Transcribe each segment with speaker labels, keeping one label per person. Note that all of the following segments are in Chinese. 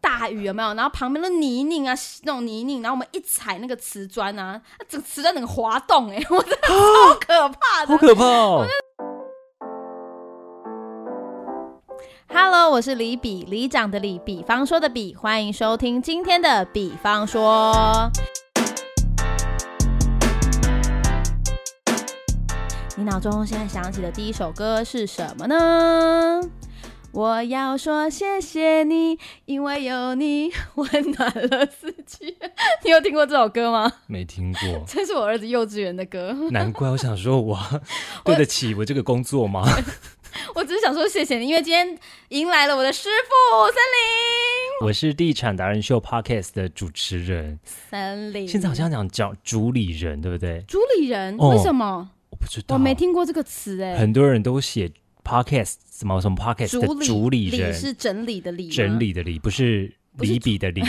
Speaker 1: 大雨有没有？然后旁边的泥泞啊，那种泥泞，然后我们一踩那个瓷砖啊，那整个瓷砖整个滑动哎、 我真的超可 怕
Speaker 2: 好
Speaker 1: 的。
Speaker 2: 可怕哦！
Speaker 1: Hello，我是李比李长的李，比方说的比，欢迎收听今天的比方说。你脑中现在想起的第一首歌是什么呢？我要说谢谢你，因为有你 温暖了自己。 你有听过这首歌吗？，
Speaker 2: 没听过
Speaker 1: 这是我儿子幼稚园的歌。
Speaker 2: 难怪我想说我， 对得起我这个工 作吗？
Speaker 1: 我只是想说谢谢你，因为今天迎来了我的师傅森林。
Speaker 2: 我是地产达人秀 podcast 的主持人，
Speaker 1: 森林，
Speaker 2: 现在好像讲叫主理人，对不对？
Speaker 1: 主理人，
Speaker 2: 哦
Speaker 1: 为什么？
Speaker 2: 我不知道，
Speaker 1: 我没听过这个词哎、
Speaker 2: 很多人都写 podcast 什么什么 podcast
Speaker 1: 主
Speaker 2: 的主理人，
Speaker 1: 是整理的理吗，
Speaker 2: 整理的理，不是
Speaker 1: 不是
Speaker 2: 理笔的理。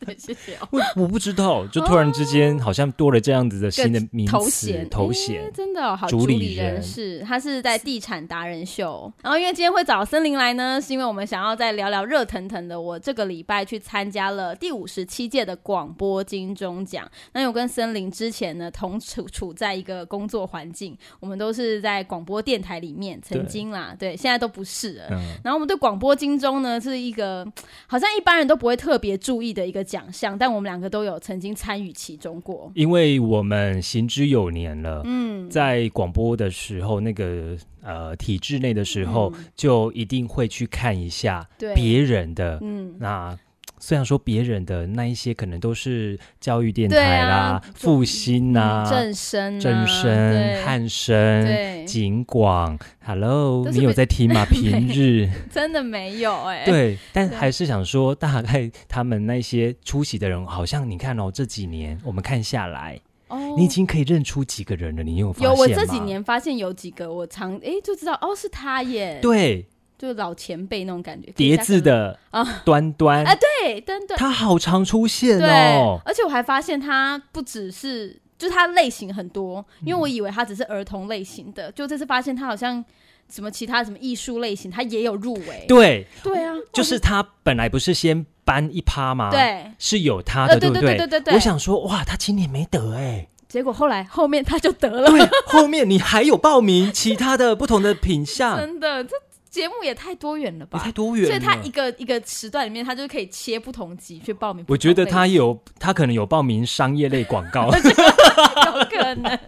Speaker 1: 对，谢谢哦。
Speaker 2: 我我不知道，就突然之间好像多了这样子的新的名词
Speaker 1: 头衔，诶
Speaker 2: 头衔。
Speaker 1: 真的、哦、好，
Speaker 2: 主
Speaker 1: 主
Speaker 2: 理
Speaker 1: 理
Speaker 2: 人
Speaker 1: 人是他是在地产达人秀，然后因为今天会找森林来呢，是因为我们想要再聊聊热腾腾的。我这个礼拜去参加了第五十七届的广播金钟奖，那因为我跟森林之前呢同处处在一个工作环境，我们都是在广播电台里面曾经啦，对，现在都不是了。
Speaker 2: 嗯，
Speaker 1: 然后我们对广播金钟呢是一个好像一般人都不会特别注意的一个奖项，但我们两个都有曾经参与其中过。
Speaker 2: 因为我们行之有年了，
Speaker 1: 嗯，
Speaker 2: 在广播的时候，那个呃体制内的时候，
Speaker 1: 嗯
Speaker 2: 就一定会去看一下
Speaker 1: 对，
Speaker 2: 别人的。
Speaker 1: 嗯，
Speaker 2: 那虽然说别人的那一些可能都是教育电
Speaker 1: 对
Speaker 2: 台啦、
Speaker 1: 啊
Speaker 2: 复兴呐、
Speaker 1: 正声、啊、
Speaker 2: 正声、
Speaker 1: 对
Speaker 2: 汉声、
Speaker 1: 对，
Speaker 2: 景广，Hello，
Speaker 1: 都是
Speaker 2: 你有
Speaker 1: 比
Speaker 2: 在听 吗？平日。
Speaker 1: 真的没有哎、，
Speaker 2: 对，但
Speaker 1: 对
Speaker 2: 还是想说，大概他们那些出席的人，好像你看哦，这几年我们看下来，
Speaker 1: 哦
Speaker 2: 你已经可以认出几个人了，你有发现
Speaker 1: 有
Speaker 2: 吗？
Speaker 1: 我这几年发现有几个我常哎、就知道哦是他耶，，
Speaker 2: 对
Speaker 1: 就老前辈那种感觉，
Speaker 2: 叠字的
Speaker 1: 啊
Speaker 2: 端端，
Speaker 1: 啊对，真的
Speaker 2: 他好常出现
Speaker 1: 对
Speaker 2: 哦，。
Speaker 1: 而且我还发现他不只是。就是它类型很多，
Speaker 2: 嗯
Speaker 1: 因为我以为它只是儿童类型的，就这次发现它好像什么其他什么艺术类型，它也有入围。
Speaker 2: 对，
Speaker 1: 对啊，
Speaker 2: 就是他本来不是先搬一趴吗？，
Speaker 1: 对，
Speaker 2: 是有他
Speaker 1: 呃
Speaker 2: 的，
Speaker 1: 对
Speaker 2: 不
Speaker 1: 对对对对
Speaker 2: 我想说，哇，他今年没得哎，
Speaker 1: 结果后来后面他就得了，
Speaker 2: 对，后面你还有报名其他的不同的品项，
Speaker 1: 真的，这节目也太多元了
Speaker 2: 你
Speaker 1: 吧
Speaker 2: 啊太？多元了。
Speaker 1: 所以他一个一个时段里面，他就是可以切不同集去报名不同
Speaker 2: 我
Speaker 1: 类型。
Speaker 2: 觉得他有，他可能有报名商业类广 告，
Speaker 1: 有可能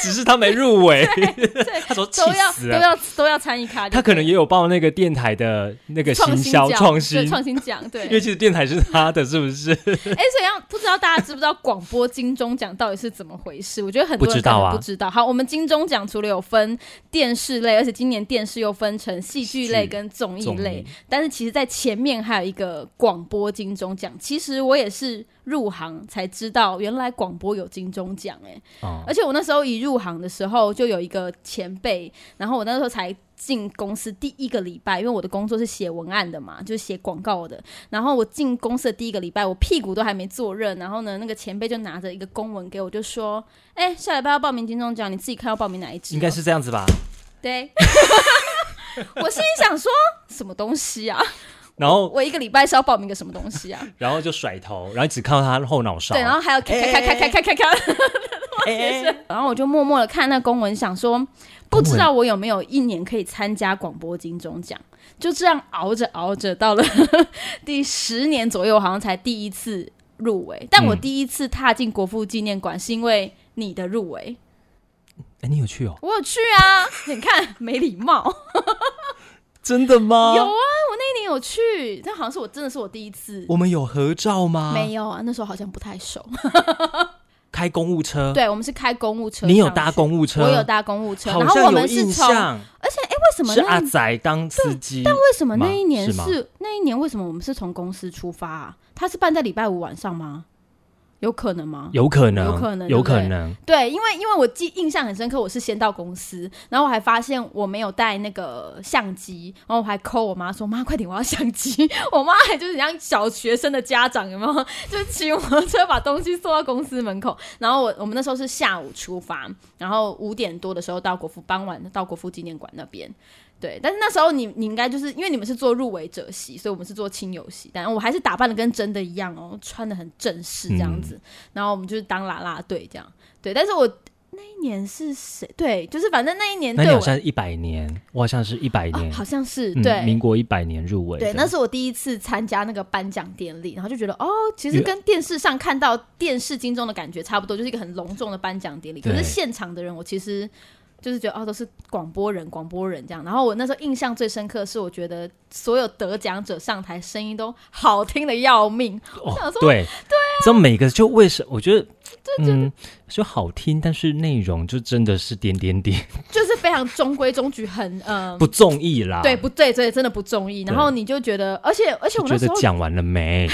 Speaker 2: 只是他没入围。 他说 气
Speaker 1: 都要
Speaker 2: 死
Speaker 1: 都
Speaker 2: 了。
Speaker 1: 要都要参与卡，
Speaker 2: 他可能也有报那个电台的那个
Speaker 1: 创
Speaker 2: 行
Speaker 1: 新
Speaker 2: 销
Speaker 1: 奖
Speaker 2: 创
Speaker 1: 对
Speaker 2: 新，
Speaker 1: 创新奖对。
Speaker 2: 因为其实电台是他的，是不是？
Speaker 1: 哎，所以要不知道大家知不知道广播金钟奖到底是怎么回事？我觉得很多
Speaker 2: 不知
Speaker 1: 人可
Speaker 2: 道啊
Speaker 1: 能不知道。好，我们金钟奖除了有分电视类，而且今年电视又分成戏剧类
Speaker 2: 剧
Speaker 1: 跟综艺
Speaker 2: 综
Speaker 1: 类
Speaker 2: 艺，
Speaker 1: 但是其实，在前面还有一个广播金钟奖。其实我也是入行才知道，原来广播有金钟奖哎。
Speaker 2: 哦
Speaker 1: 而且我那时候一入行的时候，就有一个前辈，然后我那时候才进公司第一个礼拜，因为我的工作是写文案的嘛，就是写广告的。然后我进公司的第一个礼拜，我屁股都还没坐热，然后呢，那个前辈就拿着一个公文给我，就说：“哎、下礼拜要报名金钟奖，你自己看要报名哪一支哦。”
Speaker 2: 应该是这样子吧。
Speaker 1: 对。 我心里想说，什么东西啊？
Speaker 2: 然后，
Speaker 1: 我一个礼拜是要报名个什么东西 啊？
Speaker 2: 然后就甩头，然后只看到他后脑勺。
Speaker 1: 对，然后还要咔咔咔咔咔咔咔咔。
Speaker 2: 哎，
Speaker 1: 然后我就默默的看那公文，想说不知道我有没有一年可以参加广播金钟奖。就这样熬着熬着，到了 第十年左右，我好像才第一次入围。但我
Speaker 2: 嗯
Speaker 1: 第一次踏进国父纪念馆，是因为你的入围，
Speaker 2: 哎，你有去哦？
Speaker 1: 我有去啊。你看，没礼貌。
Speaker 2: 真的吗
Speaker 1: 有啊，我那一年有去，但好像是我真的是我第一次。
Speaker 2: 我们有合照吗？
Speaker 1: 没有啊，那时候好像不太熟。
Speaker 2: 开公务车，
Speaker 1: 对，我们是开公务车上去，
Speaker 2: 呃你有搭公务车？
Speaker 1: 我有搭公务车，
Speaker 2: 好
Speaker 1: 然后我
Speaker 2: 像有
Speaker 1: 们是
Speaker 2: 印
Speaker 1: 从，为
Speaker 2: 象，
Speaker 1: 什么
Speaker 2: 是
Speaker 1: 那
Speaker 2: 阿
Speaker 1: 一
Speaker 2: 仔当司机。
Speaker 1: 为什么那
Speaker 2: 吗
Speaker 1: 一年
Speaker 2: 是吗
Speaker 1: 是那一年？为什么我们是从公司出发啊？他是办在礼拜五晚上吗？有可能吗？
Speaker 2: 有可能，
Speaker 1: 有可能
Speaker 2: 有可
Speaker 1: 对不对
Speaker 2: 能。
Speaker 1: 对，因为因为我记印象很深刻，我是先到公司，然后我还发现我没有带那个相机，然后我还扣我妈说：“妈，快点，我要相机。”我妈还就是像小学生的家长，有没有？就是骑摩托车把东西送到公司门口。然后我我们那时候是下午出发，然后五点多的时候到国父，傍晚到国父纪念馆那边。对，但是那时候你你应该就是因为你们是做入围者席，所以我们是做亲友席，但我还是打扮的跟真的一样哦，穿的很正式这样子，然后我们就是当啦啦队这样，对，但是我那一年是谁？对，就是反正那一年
Speaker 2: 那
Speaker 1: 对
Speaker 2: 你好
Speaker 1: 我。
Speaker 2: 像是一百年，我好像是一百
Speaker 1: 啊
Speaker 2: 年，
Speaker 1: 好像是
Speaker 2: 嗯
Speaker 1: 对、
Speaker 2: 民国一百年入围的，
Speaker 1: 对，那是我第一次参加那个颁奖典礼，然后就觉得哦，其实
Speaker 2: 因为
Speaker 1: 跟电视上看到电视金钟的感觉差不多，就是一个很隆重的颁奖典礼。可
Speaker 2: 对
Speaker 1: 是现场的人，我其实就是觉得哦，都是广播人，广播人这样。然后我那时候印象最深刻是，我觉得所有得奖者上台声音都好听的要命，
Speaker 2: 哦
Speaker 1: 想说
Speaker 2: 对对、
Speaker 1: 啊
Speaker 2: 这每个就为什我觉得。嗯，就好听，但是内容就真的是点点点，
Speaker 1: 就是非常中规中矩，很嗯。
Speaker 2: 不中意啦。
Speaker 1: 对，不对？对，真的不中意。然后你就觉得，而且而且
Speaker 2: 就
Speaker 1: 我那
Speaker 2: 觉
Speaker 1: 时
Speaker 2: 得
Speaker 1: 候
Speaker 2: 讲完 了没？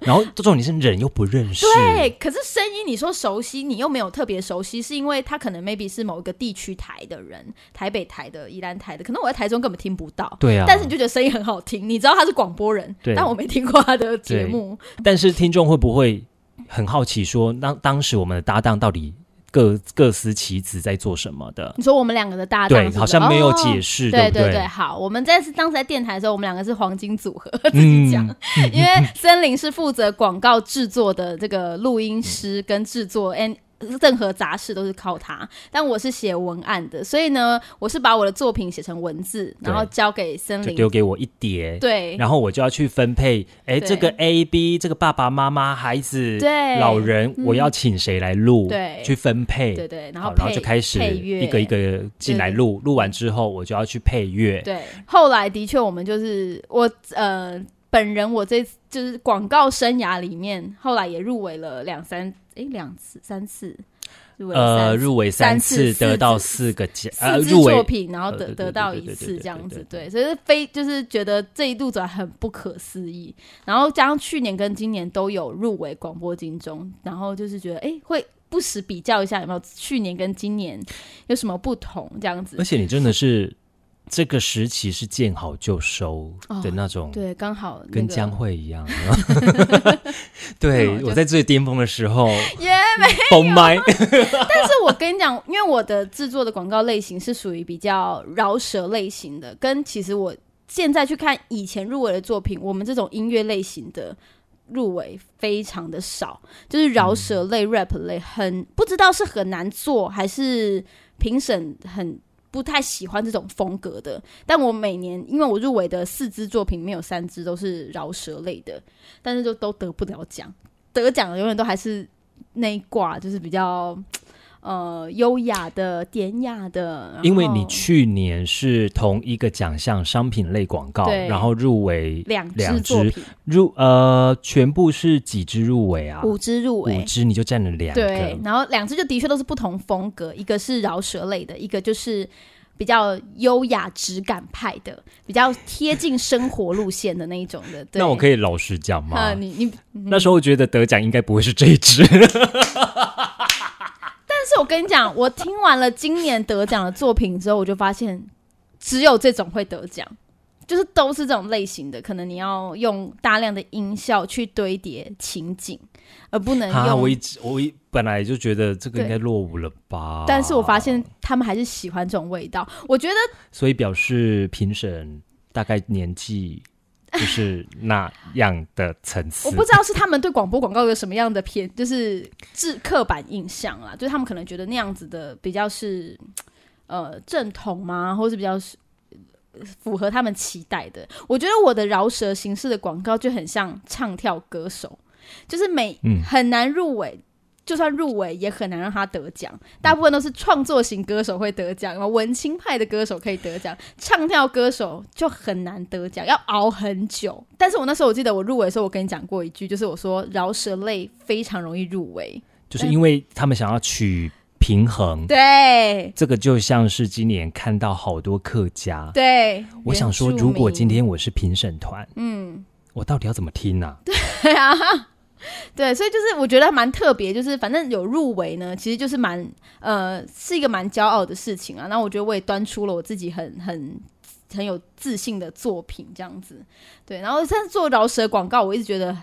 Speaker 2: 然后重点是人又不认识，
Speaker 1: 对，可是声音你说熟悉，你又没有特别熟悉，是因为他可能 maybe 是某一个地区台的人，台北台的、宜兰台的，可能我在台中根本听不到。
Speaker 2: 对啊。
Speaker 1: 但是你就觉得声音很好听，你知道他是广播人，
Speaker 2: 对
Speaker 1: 但我没听过他的节目，
Speaker 2: 但是听众会不会很好奇说，当当时我们的搭档到底各各司其职在做什么的？
Speaker 1: 你说我们两个的搭档
Speaker 2: 对
Speaker 1: 是，不是
Speaker 2: 好像没有解
Speaker 1: 哦
Speaker 2: 释，
Speaker 1: 对
Speaker 2: 不
Speaker 1: 对对，好，我们在当时在电台的时候，我们两个是黄金组合，
Speaker 2: 嗯，
Speaker 1: 讲因 为森林是负责广告制作的这个录音师跟制作哎 and 任何杂事都是靠他，但我是写文案的，所以呢，我是把我的作品写成文字，
Speaker 2: 对
Speaker 1: 然后交给森
Speaker 2: 嗯就
Speaker 1: 林。
Speaker 2: 丢给我一叠，
Speaker 1: 对
Speaker 2: 然后我就要去分配，哎，
Speaker 1: 对
Speaker 2: 这个 A、B，这个爸爸妈妈、孩子、
Speaker 1: 对
Speaker 2: 老人，
Speaker 1: 嗯
Speaker 2: 我要请谁来录，
Speaker 1: 对
Speaker 2: 去分配，
Speaker 1: 对对，然后
Speaker 2: 好，
Speaker 1: 配
Speaker 2: 然后就开始
Speaker 1: 配乐
Speaker 2: 一个一个进来录，录完之后我就要去配乐，
Speaker 1: 对，后来的确，我们就是我呃，本人我这就是广告生涯里面，后来也入围了两三诶两次三次，入围了
Speaker 2: 呃，
Speaker 1: 三次
Speaker 2: 入围三
Speaker 1: 三次
Speaker 2: 得到
Speaker 1: 四
Speaker 2: 四个奖，呃，
Speaker 1: 四支
Speaker 2: 入
Speaker 1: 作
Speaker 2: 围
Speaker 1: 品，然后
Speaker 2: 呃
Speaker 1: 得
Speaker 2: 对
Speaker 1: 得
Speaker 2: 对
Speaker 1: 到
Speaker 2: 对
Speaker 1: 一
Speaker 2: 对
Speaker 1: 次
Speaker 2: 对
Speaker 1: 这样
Speaker 2: 对
Speaker 1: 子，
Speaker 2: 对
Speaker 1: 对，所以是非就是觉得这一路走来很不可思议。然后加上去年跟今年都有入围广播金钟，然后就是觉得哎、诶会不时比较一下有没有去年跟今年有什么不同这样子
Speaker 2: 而。且你真的是这个时期是见好就收的那种，
Speaker 1: 哦对，刚好那
Speaker 2: 跟
Speaker 1: 个
Speaker 2: 江蕙一样。
Speaker 1: 刚好
Speaker 2: 对，
Speaker 1: 就
Speaker 2: 我在最巅峰的时候，
Speaker 1: 耶
Speaker 2: 崩麦，
Speaker 1: 但是我跟你讲，因为我的制作的广告类型是属于比较饶舌类型的，跟其实我现在去看以前入围的作品，我们这种音乐类型的入围非常的少，就是饶舌类、rap 类很不知道是很难做，还是评审很。不太喜欢这种风格的，但我每年因为我入围的四支作品，没有三支都是饶舌类的，但是就都得不了奖。得奖的永远都还是那一挂，就是比较呃优雅的、典雅的。然后
Speaker 2: 因为你去年是同一个奖项商品类广告，
Speaker 1: 对
Speaker 2: 然后入围
Speaker 1: 两支
Speaker 2: 两
Speaker 1: 作
Speaker 2: 支
Speaker 1: 品，
Speaker 2: 入呃全部是几支入围啊？
Speaker 1: 五支入
Speaker 2: 五
Speaker 1: 围。
Speaker 2: 支你就占了两
Speaker 1: 对
Speaker 2: 个，，
Speaker 1: 然后两支就的确都是不同风格，一个是饶舌类的，一个就是比较优雅质感派的，比较贴近生活路线的那一种 的。对
Speaker 2: 那我可以老实讲吗？
Speaker 1: 啊，你你，
Speaker 2: 那时候觉得得奖应该不会是这 一支，
Speaker 1: 但是我跟你讲，我听完了今年得奖的作品之后，我就发现只有这种会得奖，就是都是这种类型的，可能你要用大量的音效去堆叠情景，而不能
Speaker 2: 啊，我
Speaker 1: 用
Speaker 2: 一直我一本来就觉得这个
Speaker 1: 对
Speaker 2: 应该落伍了吧，
Speaker 1: 但是我发现他们还是喜欢这种味道。我觉得
Speaker 2: 所以表示评审大概年纪就是那样的层 次。
Speaker 1: 我不知道是他们对广播广告有什么样的偏，就是制刻板印象啦，就是他们可能觉得那样子的比较是呃正统吗，或是比较是呃符合他们期待的。我觉得我的饶舌形式的广告就很像唱跳歌手，就是每、
Speaker 2: 嗯
Speaker 1: 很难入围。就算入围，也很难让他得奖。大部分都是创作型歌手会得奖，然后文青派的歌手可以得奖，唱跳歌手就很难得奖，要熬很久。但是我那时候我记得我入围的时候，我跟你讲过一句，就是我说饶舌类非常容易入围，
Speaker 2: 就是
Speaker 1: 嗯
Speaker 2: 因为他们想要取平衡，
Speaker 1: 对
Speaker 2: 这个就像是今年看到好多客家，
Speaker 1: 对。
Speaker 2: 我想说，
Speaker 1: 原住民
Speaker 2: 如果今天我是评审团，
Speaker 1: 嗯，
Speaker 2: 我到底要怎么听啊？
Speaker 1: 对啊，对，所以就是我觉得蛮特别，就是反正有入围呢，其实就是蛮呃是一个蛮骄傲的事情啊。那我觉得我也端出了我自己很很。很有自信的作品这样子，对，然后但是做饶舌广告，我一直觉得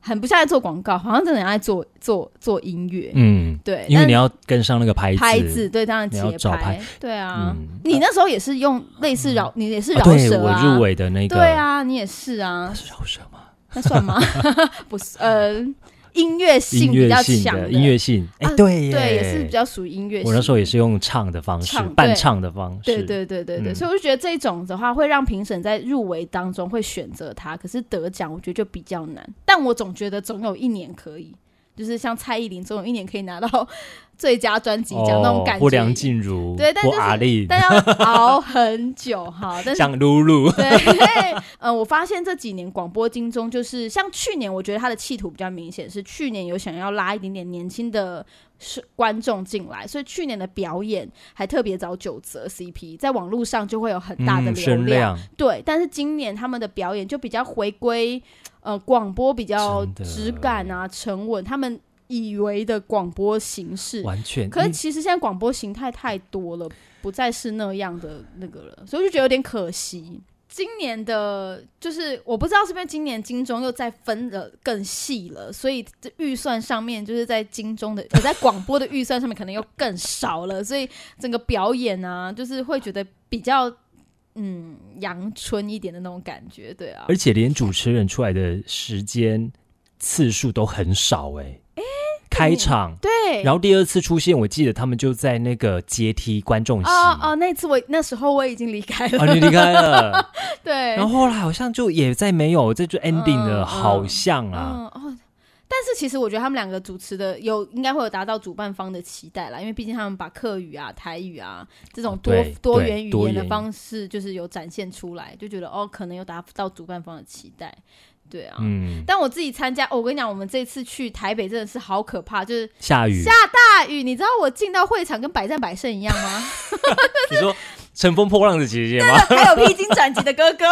Speaker 1: 很不像在做广告，好像真的很爱做做做音乐。
Speaker 2: 嗯，
Speaker 1: 对，
Speaker 2: 因为
Speaker 1: 但
Speaker 2: 你要跟上那个拍子，
Speaker 1: 拍子，对，当然
Speaker 2: 你
Speaker 1: 节
Speaker 2: 要找
Speaker 1: 拍
Speaker 2: 拍，
Speaker 1: 对啊。
Speaker 2: 嗯，
Speaker 1: 你那时候也是用类似饶，你也是
Speaker 2: 啊
Speaker 1: 饶
Speaker 2: 对
Speaker 1: 舌
Speaker 2: 我入围的那个，
Speaker 1: 对，啊，你也是啊，
Speaker 2: 是饶舌吗？
Speaker 1: 那算 吗？不是，呃，音乐性
Speaker 2: 音
Speaker 1: 比较
Speaker 2: 乐性
Speaker 1: 强啊
Speaker 2: 的音乐性，哎，对耶，
Speaker 1: 对，也是比较属于音乐性。
Speaker 2: 我那时候也是用唱的方式
Speaker 1: 唱，对
Speaker 2: 伴唱的方式，
Speaker 1: 对对对对对，
Speaker 2: 嗯
Speaker 1: 所以我就觉得这种的话，会让评审在入围当中会选择他，可是得奖我觉得就比较难。但我总觉得总有一年可以，就是像蔡依林总有一年可以拿到最佳专辑奖、
Speaker 2: 哦，
Speaker 1: 那种感觉。
Speaker 2: 或梁静茹，
Speaker 1: 对但
Speaker 2: 或
Speaker 1: 就是
Speaker 2: 阿丽，
Speaker 1: 但要熬很久哈，但是。
Speaker 2: 像露露，
Speaker 1: 对，因为呃，我发现这几年广播金钟就是像去年，我觉得他的企图比较明显，是去年有想要拉一点点年轻的是观众进来，所以去年的表演还特别找九泽 CP，在网络上就会有很大的流
Speaker 2: 嗯声
Speaker 1: 量。
Speaker 2: 量，
Speaker 1: 对，但是今年他们的表演就比较回归呃广播比较
Speaker 2: 真的
Speaker 1: 质感啊、沉稳，他们以为的广播形式。
Speaker 2: 完全，
Speaker 1: 可是
Speaker 2: 嗯
Speaker 1: 其实现在广播形态太多了，不再是那样的那个了，所以我就觉得有点可惜。今年的，就是我不知道是不是今年金钟又再分的更细了，所以这预算上面就是在金钟的，呃在广播的预算上面可能又更少了，所以整个表演啊，就是会觉得比较嗯阳春一点的那种感觉，对啊。
Speaker 2: 而且连主持人出来的时间次数都很少哎、开场，
Speaker 1: 对，
Speaker 2: 然后第二次出现，我记得他们就在那个阶梯观众席，
Speaker 1: 哦哦，那次我那时候我已经离开了，
Speaker 2: 啊，你离开了，
Speaker 1: 对，
Speaker 2: 然后后来好像就也再没有，这就 ending 了，
Speaker 1: 嗯
Speaker 2: 好像啊，
Speaker 1: 嗯哦，但是其实我觉得他们两个主持的有应该会有达到主办方的期待啦，因为毕竟他们把客语啊、台语啊这种
Speaker 2: 哦
Speaker 1: 多、
Speaker 2: 对
Speaker 1: 多
Speaker 2: 对
Speaker 1: 元语
Speaker 2: 多
Speaker 1: 言的
Speaker 2: 元
Speaker 1: 方式，就是有展现出来，就觉得哦，可能有达到主办方的期待，对啊。
Speaker 2: 嗯，
Speaker 1: 但我自己参加、哦我跟你讲，我们这次去台北真的是好可怕，就是
Speaker 2: 下雨，
Speaker 1: 大雨。你知道我进到会场跟百战百胜一样吗？
Speaker 2: 你说乘风破浪的姐姐 吗？
Speaker 1: 还有披荆斩棘的哥 哥。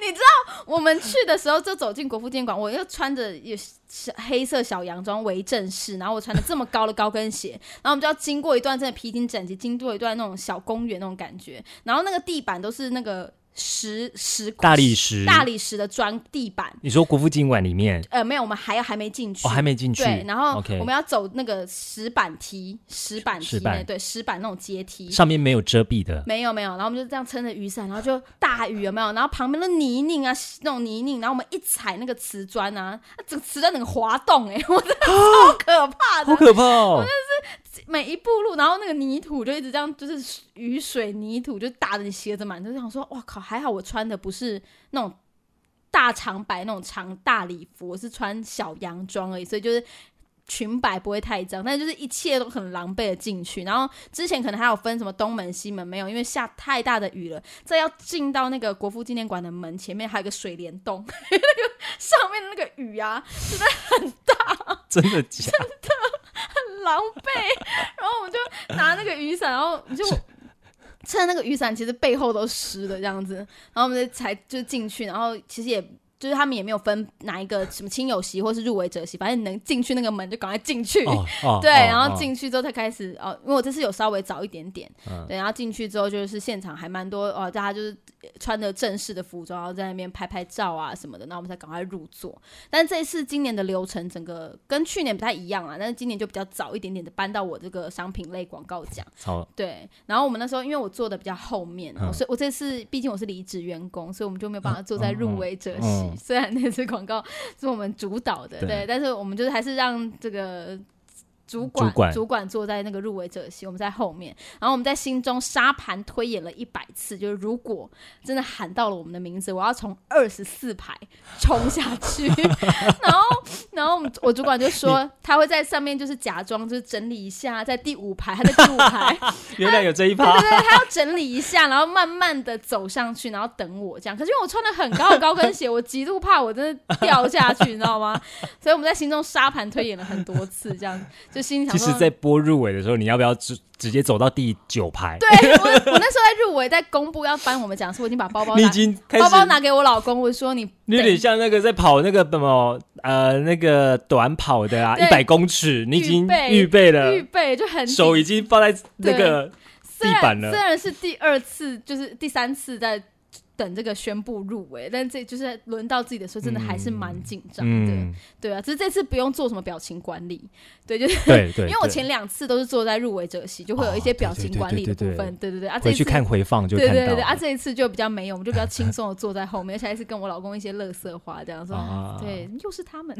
Speaker 1: 你知道我们去的时候就走进国父纪念馆，我又穿着也是黑色小洋装为正式，然后我穿着这么高的高跟鞋， 然后我们就要经过一段真的披荆斩棘，经过一段那种小公园那种感觉，然后那个地板都是那个石石
Speaker 2: 大理石，
Speaker 1: 大理石的砖地板。
Speaker 2: 你说国父纪念馆里面，哦
Speaker 1: 呃，没有，我们还要还没进去，
Speaker 2: 我、还没进去，
Speaker 1: 对，然后
Speaker 2: OK
Speaker 1: 我们要走那个石板梯，石板梯
Speaker 2: 石
Speaker 1: 那
Speaker 2: 板
Speaker 1: 对石板那种阶梯，
Speaker 2: 上面没有遮蔽的，
Speaker 1: 没有没有，然后我们就这样撑着雨伞，然后就大雨有没有？然后旁边的泥泞啊，那种泥泞，然后我们一踩那个瓷砖啊，那整个瓷砖整个滑动哎、 我真的超可怕
Speaker 2: 好
Speaker 1: 的，
Speaker 2: 可怕哦，
Speaker 1: 每一步路，然后那个泥土就一直这样，就是雨水泥土就打着你鞋子满，就想说哇靠，还好我穿的不是那种大长白那种长大礼服，我是穿小洋装而已，所以就是。裙摆不会太脏，但是就是一切都很狼狈的进去。然后之前可能还有分什么东门西门，没有，因为下太大的雨了。再要进到那个啊国父纪念馆的门前面，还有一个水帘洞，那个上面的那个雨啊，
Speaker 2: 真的 假的？
Speaker 1: 狼狈，然后我们就拿那个雨伞，然后就趁那个雨伞其实背后都湿的这样子，然后我们就才就进去，然后其实也就是他们也没有分哪一个什么亲友席或是入围者席，反正能进去那个门就赶快进去。
Speaker 2: 哦哦，
Speaker 1: 对，
Speaker 2: 哦
Speaker 1: 然后。
Speaker 2: 哦
Speaker 1: 进去之后才开始哦，因为我这次有稍微早一点点，
Speaker 2: 嗯
Speaker 1: 对，然后进去之后就是现场还蛮多哦，大家就是穿着正式的服装，然后在那边拍拍照啊什么的，那我们才赶快入座。但这一次今年的流程整个跟去年不太一样啊，但是今年就比较早一点点的搬到我这个商品类广告奖。
Speaker 2: 好，
Speaker 1: 对，然后我们那时候因为我坐的比较后面，
Speaker 2: 嗯
Speaker 1: 所以我这次毕竟我是离职员工，所以我们就没有办法坐在入围者席。
Speaker 2: 嗯嗯嗯
Speaker 1: 虽然那次广告是我们主导的，
Speaker 2: 对
Speaker 1: 对，但是我们就是还是让这个。主管
Speaker 2: 主管
Speaker 1: 坐在那个入围者席，我们在后面，然后我们在心中沙盘推演了一百次，就是如果真的喊到了我们的名字，我要从二十四排冲下 去。 然后，然后我们我主管就说他会在上面就是假装就是整理一下，在第五排，他在第五排，
Speaker 2: 原来有这一
Speaker 1: 对
Speaker 2: 趴
Speaker 1: 对， 对，他要整理一下，然后慢慢的走上去，然后等我这样。可是因为我穿的很高的高跟鞋，我极度怕我真的掉下去，你知道吗？ 所以我们在心中沙盘推演了很多次，这样就心里想
Speaker 2: 其
Speaker 1: 说
Speaker 2: 实，，在播入围的时候，你要不要直直接走到第九排？对，
Speaker 1: 对我我那时候在入围，在公布要颁我们奖的时候，我已经把包包
Speaker 2: 你
Speaker 1: 拿
Speaker 2: 已经开始
Speaker 1: 包，包拿给我老公，我说你
Speaker 2: 你有点像那个在跑那个什么呃那个短跑的啊，
Speaker 1: 对
Speaker 2: 一百公尺，你已经
Speaker 1: 备
Speaker 2: 预备了
Speaker 1: 预，备就很
Speaker 2: 手已经放在那个
Speaker 1: 虽然
Speaker 2: 地板了
Speaker 1: 虽然是第二次，就是第三次在等这个宣布入围，但这就是轮到自己的时候，真的还是蛮紧张的。
Speaker 2: 嗯，
Speaker 1: 对啊，只是这次不用做什么表情管理，对，就是
Speaker 2: 对对，
Speaker 1: 因为我
Speaker 2: 对
Speaker 1: 前两次都是坐在入围者席，就会有一
Speaker 2: 哦
Speaker 1: 些
Speaker 2: 对
Speaker 1: 表
Speaker 2: 对
Speaker 1: 情
Speaker 2: 对
Speaker 1: 管理的
Speaker 2: 对
Speaker 1: 部
Speaker 2: 对
Speaker 1: 分，对对对啊，这
Speaker 2: 回
Speaker 1: 一
Speaker 2: 去
Speaker 1: 次
Speaker 2: 看回放就
Speaker 1: 对
Speaker 2: 看
Speaker 1: 对
Speaker 2: 到
Speaker 1: 对对啊，
Speaker 2: 了
Speaker 1: 这一次就比较没有，我们就比较轻松的坐在 后面，而且还是跟我老公一些乐色话这样说，
Speaker 2: 啊
Speaker 1: 对，又是 他们，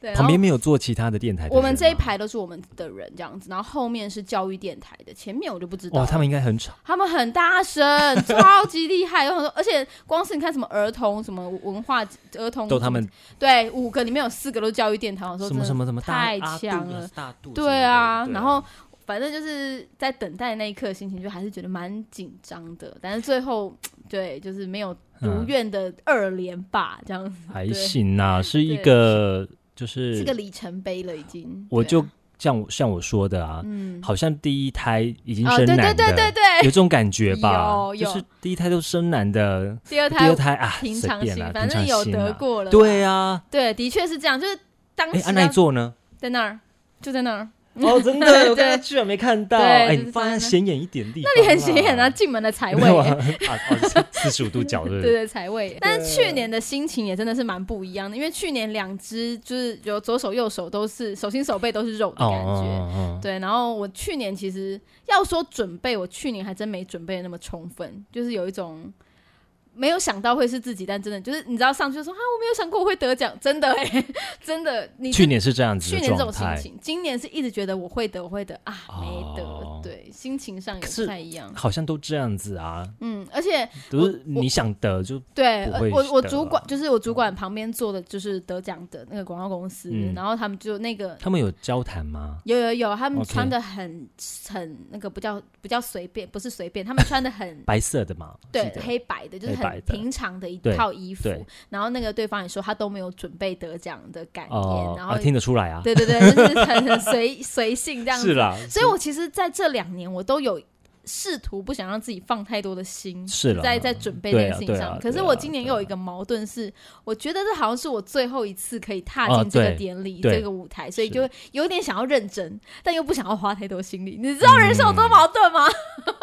Speaker 1: 对，然
Speaker 2: 旁
Speaker 1: 后
Speaker 2: 边没有做其他的电台的人啊吗，
Speaker 1: 我们这一排都是我们的人这样子，然后后面是教育电台的，前面我就不知道
Speaker 2: 哇，
Speaker 1: 了。
Speaker 2: 他们应该很吵，
Speaker 1: 他们很大声，超级厉害，然后而且光是你看什么儿童什么文化儿童，
Speaker 2: 都他们
Speaker 1: 对五个里面有四个都是教育电台，我说
Speaker 2: 什
Speaker 1: 真
Speaker 2: 么
Speaker 1: 的
Speaker 2: 什么什么大
Speaker 1: 太
Speaker 2: 阿杜
Speaker 1: 强
Speaker 2: 啊
Speaker 1: 了，
Speaker 2: 大肚
Speaker 1: 对啊，然后反正就是在等待那一刻，心情就还是觉得蛮紧张的，但是最后对，就是没有如
Speaker 2: 嗯
Speaker 1: 愿的二连霸这样子，
Speaker 2: 还
Speaker 1: 对
Speaker 2: 行呐，是一
Speaker 1: 对
Speaker 2: 个就是
Speaker 1: 是个里程碑了已经。
Speaker 2: 我
Speaker 1: 对啊
Speaker 2: 就像我像我说的啊，
Speaker 1: 嗯，
Speaker 2: 好像第一胎已经
Speaker 1: 哦，
Speaker 2: 生
Speaker 1: 对
Speaker 2: 男的，
Speaker 1: 对对对
Speaker 2: 有
Speaker 1: 对，
Speaker 2: 这种感觉吧？
Speaker 1: 有有
Speaker 2: 就是第一胎都生男的，
Speaker 1: 第二
Speaker 2: 第
Speaker 1: 胎
Speaker 2: 二胎啊，
Speaker 1: 平
Speaker 2: 随
Speaker 1: 常
Speaker 2: 便
Speaker 1: 心
Speaker 2: 啦，
Speaker 1: 反
Speaker 2: 平
Speaker 1: 正
Speaker 2: 常
Speaker 1: 有
Speaker 2: 心
Speaker 1: 得
Speaker 2: 啦
Speaker 1: 过了，
Speaker 2: 对啊，
Speaker 1: 对，的确是这样，就是啊当
Speaker 2: 哎，
Speaker 1: 时
Speaker 2: 安奈
Speaker 1: 要
Speaker 2: 座呢？
Speaker 1: 在那儿，就在那儿，
Speaker 2: 哦，真
Speaker 1: 对
Speaker 2: 的，我刚才居然没看到。
Speaker 1: 对
Speaker 2: 哎，
Speaker 1: 就是
Speaker 2: 你放
Speaker 1: 放在那
Speaker 2: 在显眼一点的地方啦，
Speaker 1: 那里很显眼啊，进门的财
Speaker 2: 没有啊。
Speaker 1: 位。
Speaker 2: 啊，哦，四十五度角
Speaker 1: 对
Speaker 2: 对不对？
Speaker 1: 对，财位。但是去年的心情也真的是蛮不一样的，因为去年两只就是有左手右手都是手心手背都是肉的
Speaker 2: 哦
Speaker 1: 感觉。
Speaker 2: 哦，哦
Speaker 1: 对，然后我去年其实要说准备，我去年还真没准备得那么充分，就是有一种没有想到会是自己，但真的就是你知道上去就说啊，我没有想过我会得奖，真的哎、真的，你真的
Speaker 2: 哦去年是这样子
Speaker 1: 去
Speaker 2: 的
Speaker 1: 年这
Speaker 2: 状
Speaker 1: 种心
Speaker 2: 态，
Speaker 1: 情，今年是一直觉得我会得，我会得啊，没得，
Speaker 2: 哦
Speaker 1: 对，心情上也
Speaker 2: 可
Speaker 1: 不
Speaker 2: 是
Speaker 1: 太一样。
Speaker 2: 好像都这样子啊，
Speaker 1: 嗯，而且
Speaker 2: 都是
Speaker 1: 我
Speaker 2: 你想得就
Speaker 1: 对
Speaker 2: 不
Speaker 1: 呃
Speaker 2: 会
Speaker 1: 我我
Speaker 2: 得
Speaker 1: 主
Speaker 2: 了
Speaker 1: 管就是我主管旁边坐的就是得奖的那个广告公司，
Speaker 2: 嗯
Speaker 1: 然后他们就那个
Speaker 2: 他们有交谈吗？
Speaker 1: 有有有，他们
Speaker 2: OK
Speaker 1: 穿的很很那个不叫不叫随便，不是随便，他们穿的很
Speaker 2: 白色的嘛，我
Speaker 1: 对
Speaker 2: 记得
Speaker 1: 黑白的，就是
Speaker 2: 黑白
Speaker 1: 很
Speaker 2: 的
Speaker 1: 平常的一
Speaker 2: 对
Speaker 1: 套衣服
Speaker 2: 对。
Speaker 1: 然后那个对方也说他都没有准备得奖的感言
Speaker 2: 哦，，
Speaker 1: 然后
Speaker 2: 啊，听得出来啊，
Speaker 1: 对对对，就是很很随 随性这样子
Speaker 2: 是。啦，
Speaker 1: 所以我其实在这两年，我都有试图不想让自己放太多的心，
Speaker 2: 是啦
Speaker 1: 在在准备这件事情
Speaker 2: 对啊
Speaker 1: 上。
Speaker 2: 对啊
Speaker 1: 可是
Speaker 2: 对啊
Speaker 1: 我今年
Speaker 2: 对啊
Speaker 1: 又有一个矛盾是，我觉得这好像是我最后一次可以踏
Speaker 2: 啊
Speaker 1: 进这个
Speaker 2: 对
Speaker 1: 典礼、
Speaker 2: 对
Speaker 1: 这个舞台，所以
Speaker 2: 是
Speaker 1: 就有点想要认真，但又不想要花太多心力。你知道人生有
Speaker 2: 嗯
Speaker 1: 多矛盾吗？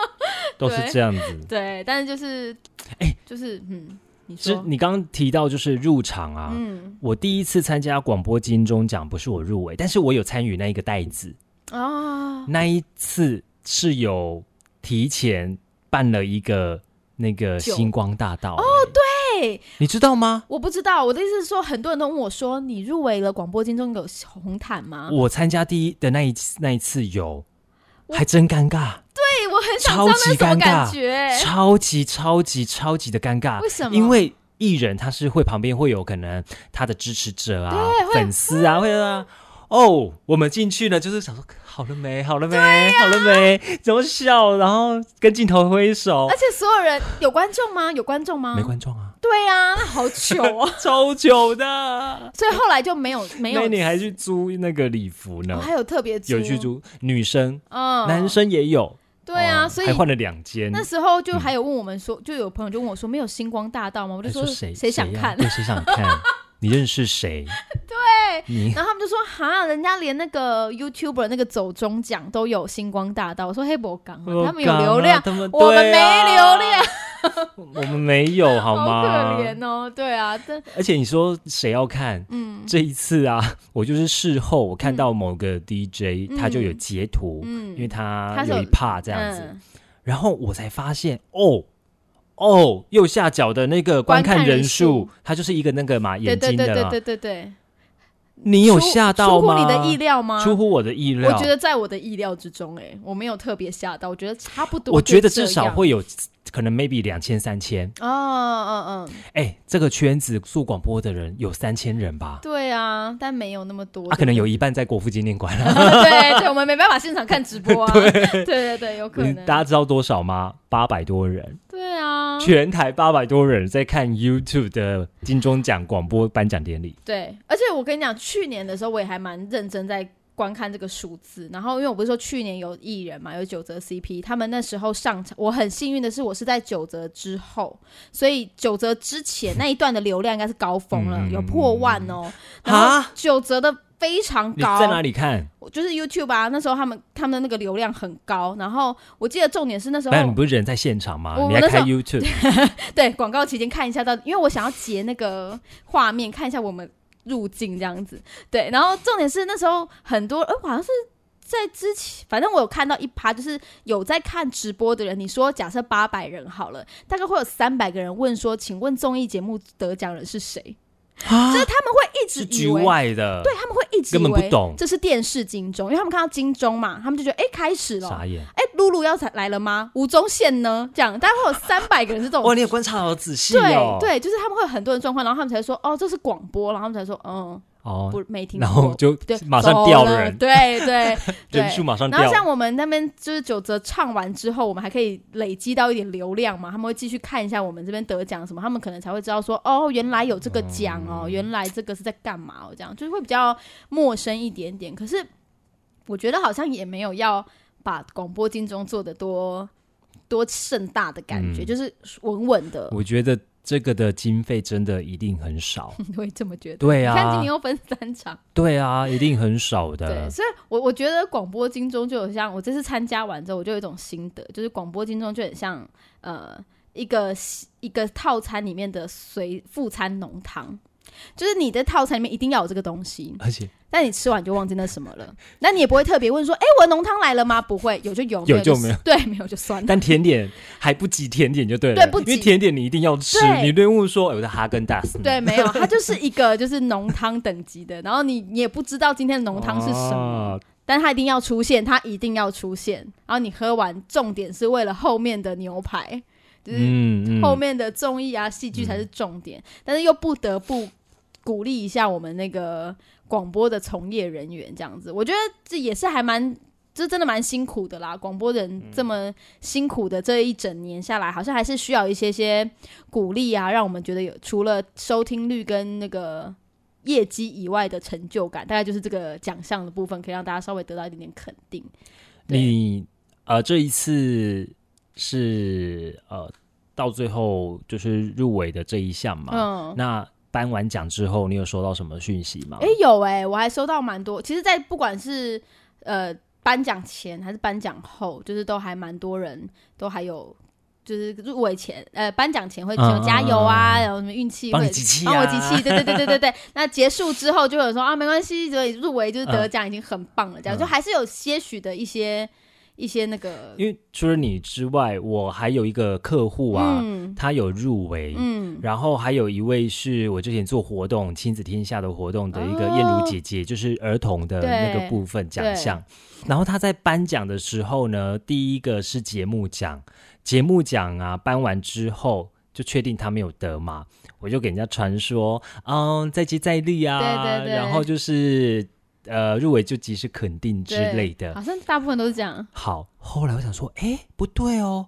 Speaker 2: 都是
Speaker 1: 对
Speaker 2: 这样 子。
Speaker 1: 对，但是就是，
Speaker 2: 哎
Speaker 1: 就是嗯，你
Speaker 2: 是
Speaker 1: 说，
Speaker 2: 你刚刚提到就是入场啊，
Speaker 1: 嗯，
Speaker 2: 我第一次参加广播金钟奖不是我入围，但是我有参与那一个袋子，
Speaker 1: 啊，
Speaker 2: 那一次是有提前办了一个那个
Speaker 1: 酒
Speaker 2: 星光大道哦，对，你知道吗？
Speaker 1: 哎我不知道，我的意思是说，很多人都问我说，你入围了广播金钟有红毯吗？
Speaker 2: 我参加第一的那一次那一次有，
Speaker 1: 嗯我
Speaker 2: 还真尴尬，
Speaker 1: 对，哎我很想知道那是什么感觉。
Speaker 2: 超级超级超级的尴尬，
Speaker 1: 为什么
Speaker 2: 因为艺人他是会旁边会有可能他的支持者啊
Speaker 1: 对、会嗯
Speaker 2: 粉丝啊，会啊。哦，我们进去呢，就是想说好了没，好了没，
Speaker 1: 啊
Speaker 2: 好了没，怎么笑，然后跟镜头挥手
Speaker 1: 而，且所有人有观众吗？有观众吗？
Speaker 2: 没观众啊，
Speaker 1: 对嗯啊，那好糗哦。
Speaker 2: 超久的。
Speaker 1: 所以后来就没有没有
Speaker 2: 那，你还去租那个礼服
Speaker 1: 哦
Speaker 2: 呢？
Speaker 1: 还有特别
Speaker 2: 有去，租女生、
Speaker 1: 嗯，
Speaker 2: 男。生也有。
Speaker 1: 对啊，
Speaker 2: 哦
Speaker 1: 所以
Speaker 2: 还换了两间。
Speaker 1: 那时候就还有问我们说，就有朋友就问我说，没有星光大道吗？我
Speaker 2: 我
Speaker 1: 就
Speaker 2: 哎说谁
Speaker 1: 谁想
Speaker 2: 呀
Speaker 1: 看？
Speaker 2: 对，谁想看？你认识谁？对，你
Speaker 1: 然后他们就说哈，人家连那个 YouTuber 那个走中奖都有星光大道。我说黑博港啊，他们有流量，
Speaker 2: 他们
Speaker 1: 我们
Speaker 2: 对啊
Speaker 1: 没流量，
Speaker 2: 我们没有好
Speaker 1: 好
Speaker 2: 吗？
Speaker 1: 可怜哦。对啊，但
Speaker 2: 而且你说谁要看？
Speaker 1: 嗯
Speaker 2: 这一次啊， 我就是事后我看到某个 DJ，、
Speaker 1: 嗯
Speaker 2: 他就有截图，
Speaker 1: 嗯
Speaker 2: 因为他
Speaker 1: 他是
Speaker 2: 有
Speaker 1: 有
Speaker 2: 一帕这样子，
Speaker 1: 嗯
Speaker 2: 然后我才发现哦。哦，右下角的那个观
Speaker 1: 观
Speaker 2: 看
Speaker 1: 看人
Speaker 2: 人
Speaker 1: 数
Speaker 2: 数，它就是一个那个嘛
Speaker 1: 嗯对
Speaker 2: 眼
Speaker 1: 对
Speaker 2: 睛
Speaker 1: 对
Speaker 2: 的
Speaker 1: 对
Speaker 2: 嘛
Speaker 1: 对对对。
Speaker 2: 你有吓到
Speaker 1: 出
Speaker 2: 吗？
Speaker 1: 乎你的意料吗？
Speaker 2: 出乎我的意料。
Speaker 1: 我觉得在我的意料之中、哎，我没有特别吓到，我觉得差不多。
Speaker 2: 我觉得至少，会有可能 maybe 两千三千。
Speaker 1: 哦，嗯嗯，
Speaker 2: 哎，这个圈子做广播的人有三千人吧？
Speaker 1: 对啊，但没有那么多。
Speaker 2: 啊，可能有一半在国父纪念馆了。
Speaker 1: 对对，我们没办法现场看直播啊。 对对对对，有可
Speaker 2: 你
Speaker 1: 能。
Speaker 2: 嗯大家知道多少吗？八百多人，
Speaker 1: 对啊，
Speaker 2: 全台八百多人在看 YouTube 的金钟奖广播颁奖典礼。
Speaker 1: 对，而且我跟你讲，去年的时候我也还蛮认真在。观看这个数字，然后因为我不是说去年有艺人嘛，有九泽 CP，他们那时候上场，我很幸运的是我是在九泽之后，所以九泽之前那一段的流量应该是高峰了，
Speaker 2: 嗯
Speaker 1: 有破万哦。然后
Speaker 2: 啊
Speaker 1: 九泽的非常
Speaker 2: 你
Speaker 1: 高，
Speaker 2: 在哪里看？
Speaker 1: 我就是 YouTube 啊，那时候他们他们的那个流量很高，然后我记得重点是那时候
Speaker 2: 那你不是人在现场吗？
Speaker 1: 我
Speaker 2: 你还
Speaker 1: 那时
Speaker 2: 开
Speaker 1: 候
Speaker 2: YouTube？
Speaker 1: 对广告期间看一下到底，因为我想要截那个画面，看一下我们入境这样子。对，然后重点是那时候很多，呃，我好像是在之前，反正我有看到一趴，就是有在看直播的人，你说假设八百人好了，大概会有三百个人问说，请问综艺节目得奖人是谁？就是他们会一直
Speaker 2: 啊是
Speaker 1: 以
Speaker 2: 局
Speaker 1: 为。
Speaker 2: 外的，
Speaker 1: 啊对，他们会一直以
Speaker 2: 根本不
Speaker 1: 为
Speaker 2: 懂
Speaker 1: 这是电视金钟，因为他们看到金钟嘛，他们就觉得哎、诶开始了，
Speaker 2: 傻眼。
Speaker 1: 哎、露露要才来了吗？吴宗宪呢？这样，大概会 有三百个人是这种
Speaker 2: 哇，你也观察好仔细哦
Speaker 1: 对。对，就是他们会有很多人状况，然后他们才说哦，这是广播，然后他们才说嗯，
Speaker 2: 哦，
Speaker 1: 不没听过，
Speaker 2: 然后就
Speaker 1: 对，
Speaker 2: 马上
Speaker 1: 走
Speaker 2: 掉
Speaker 1: 了
Speaker 2: 人，
Speaker 1: 对对
Speaker 2: 人数
Speaker 1: 对。
Speaker 2: 马上
Speaker 1: 然后
Speaker 2: 掉。
Speaker 1: 像我们那边就是九折唱完之后，我们还可以累积到一点流量嘛，他们会继续看一下我们这边得奖什么，他们可能才会知道说哦，原来有这个奖
Speaker 2: 嗯
Speaker 1: 哦，原来这个是在干嘛哦，这样就是会比较陌生一点点。可是我觉得好像也没有要把广播金钟做的多多盛大的感觉，
Speaker 2: 嗯
Speaker 1: 就是稳稳的，
Speaker 2: 我觉得这个的经费真的一定 很少。
Speaker 1: 你会这么觉得。
Speaker 2: 对
Speaker 1: 你看今
Speaker 2: 啊
Speaker 1: 年，又分三场，
Speaker 2: 对啊，一定很少
Speaker 1: 对，
Speaker 2: 的。
Speaker 1: 所以我我觉得广播金钟就有像我这次参加完之后，我就有一种心得，就是广播金钟就很像呃一个一个套餐里面的随副餐浓汤。就是你的套餐里面一定要有这个东西，
Speaker 2: 而且
Speaker 1: 但你吃完就忘记那什么 了。那你也不会特别问说：“哎、我的浓汤来了吗？”不会，有就有，
Speaker 2: 有
Speaker 1: 没
Speaker 2: 就
Speaker 1: 死
Speaker 2: 没有
Speaker 1: 对，没有就算了。
Speaker 2: 但甜点还不及甜点就对了，
Speaker 1: 对不及
Speaker 2: 因为甜点你一定要吃，
Speaker 1: 对
Speaker 2: 你对问说哎我的哈根达斯呢，
Speaker 1: 对，没有，它就是一个就是浓汤等级的，然后你你也不知道今天的浓汤是什么，
Speaker 2: 哦？
Speaker 1: 但它一定要出现，它一定要出现。然后你喝完，重点是为了后面的牛排，就是
Speaker 2: 嗯
Speaker 1: 后
Speaker 2: 嗯，
Speaker 1: 面的综艺啊、戏剧才是重点。但是又不得不鼓励一下我们那个广播的从业人员，这样子，我觉得这也是还蛮。这真的蛮辛苦的啦，广播人这么辛苦的这一整年下来，好像还是需要一些些鼓励啊，让我们觉得有除了收听率跟那个业绩以外的成就感，大概就是这个奖项的部分，可以让大家稍微得到一点点肯定。对
Speaker 2: 你呃这一次是呃到最后就是入围的这一项嘛，
Speaker 1: 嗯，
Speaker 2: 那颁完奖之后，你有收到什么讯息吗
Speaker 1: 哎、？有哎、我还收到蛮多。其实，在不管是呃颁奖前还是颁奖后，就是都还蛮多人都还有。就是入围前，呃，颁奖前会
Speaker 2: 嗯
Speaker 1: 说加油啊，
Speaker 2: 嗯嗯嗯
Speaker 1: 然后什么运气
Speaker 2: 帮你
Speaker 1: 会
Speaker 2: 集气
Speaker 1: 帮
Speaker 2: 啊，
Speaker 1: 我集气，对对对对对对。那结束之后就有人说啊，没关系，所以入围就是得
Speaker 2: 嗯
Speaker 1: 奖已经很棒了，这样、
Speaker 2: 嗯
Speaker 1: 就还是有些许的一些一些那个，
Speaker 2: 因为除了你之外，我还有一个客户啊，
Speaker 1: 嗯
Speaker 2: 他有入围，
Speaker 1: 嗯，
Speaker 2: 然后还有一位是我之前做活动亲子天下的活动的一个燕如姐姐，就是儿童
Speaker 1: 哦
Speaker 2: 的那个部分奖项。然后她在颁奖的时候呢，第一个是节目奖，节目奖啊颁完之后就确定她没有得嘛，我就给人家传说，嗯，再接再厉啊，
Speaker 1: 对对对
Speaker 2: 然后就是呃入围就及时肯定之
Speaker 1: 对
Speaker 2: 类的
Speaker 1: 好。像大部分都是这样，
Speaker 2: 好，后来我想说，哎，不对哦，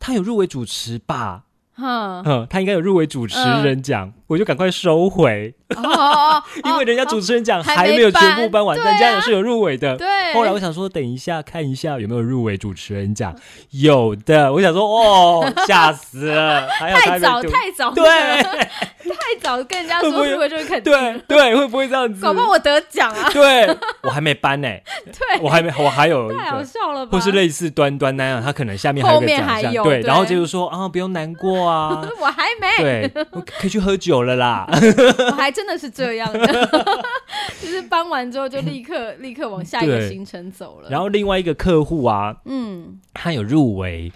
Speaker 2: 她有入围主持吧？
Speaker 1: 哼，
Speaker 2: 嗯，他应该有入围主持人奖，我就赶快收回，
Speaker 1: 哦哦嗯哦，
Speaker 2: 因为人家主持人奖
Speaker 1: 还
Speaker 2: 还
Speaker 1: 没
Speaker 2: 没有全部颁完，
Speaker 1: 颁对啊
Speaker 2: 人家也是有入围的。
Speaker 1: 哦对，
Speaker 2: 后来我想说，等一下看一下有没有入围主持人奖，有的。我想说，哦，吓死了，还有
Speaker 1: 太
Speaker 2: 台北
Speaker 1: 早
Speaker 2: 独
Speaker 1: 太早，
Speaker 2: 对
Speaker 1: 太早跟人家
Speaker 2: 会不
Speaker 1: 说
Speaker 2: 会
Speaker 1: 入围就会肯定，
Speaker 2: 对对，会不会这样子
Speaker 1: 搞？不好我得奖啊，
Speaker 2: 对，我还没颁呢、
Speaker 1: 对，
Speaker 2: 我还没，我还有一
Speaker 1: 太好
Speaker 2: 个。
Speaker 1: 笑了吧？
Speaker 2: 嗯或是类似端端那样，他可能下面还有
Speaker 1: 后
Speaker 2: 个
Speaker 1: 面
Speaker 2: 奖
Speaker 1: 还
Speaker 2: 项，
Speaker 1: 有
Speaker 2: 对，
Speaker 1: 对
Speaker 2: 然后就是说啊，不用难过啊，
Speaker 1: 我还没，
Speaker 2: 对，我可以去喝酒了啦。
Speaker 1: 我还真的是这样的， 就是搬完之后就立 刻立刻往下一个
Speaker 2: 对
Speaker 1: 行程走了。
Speaker 2: 然，后另外一个客户啊，
Speaker 1: 嗯
Speaker 2: 他有入围，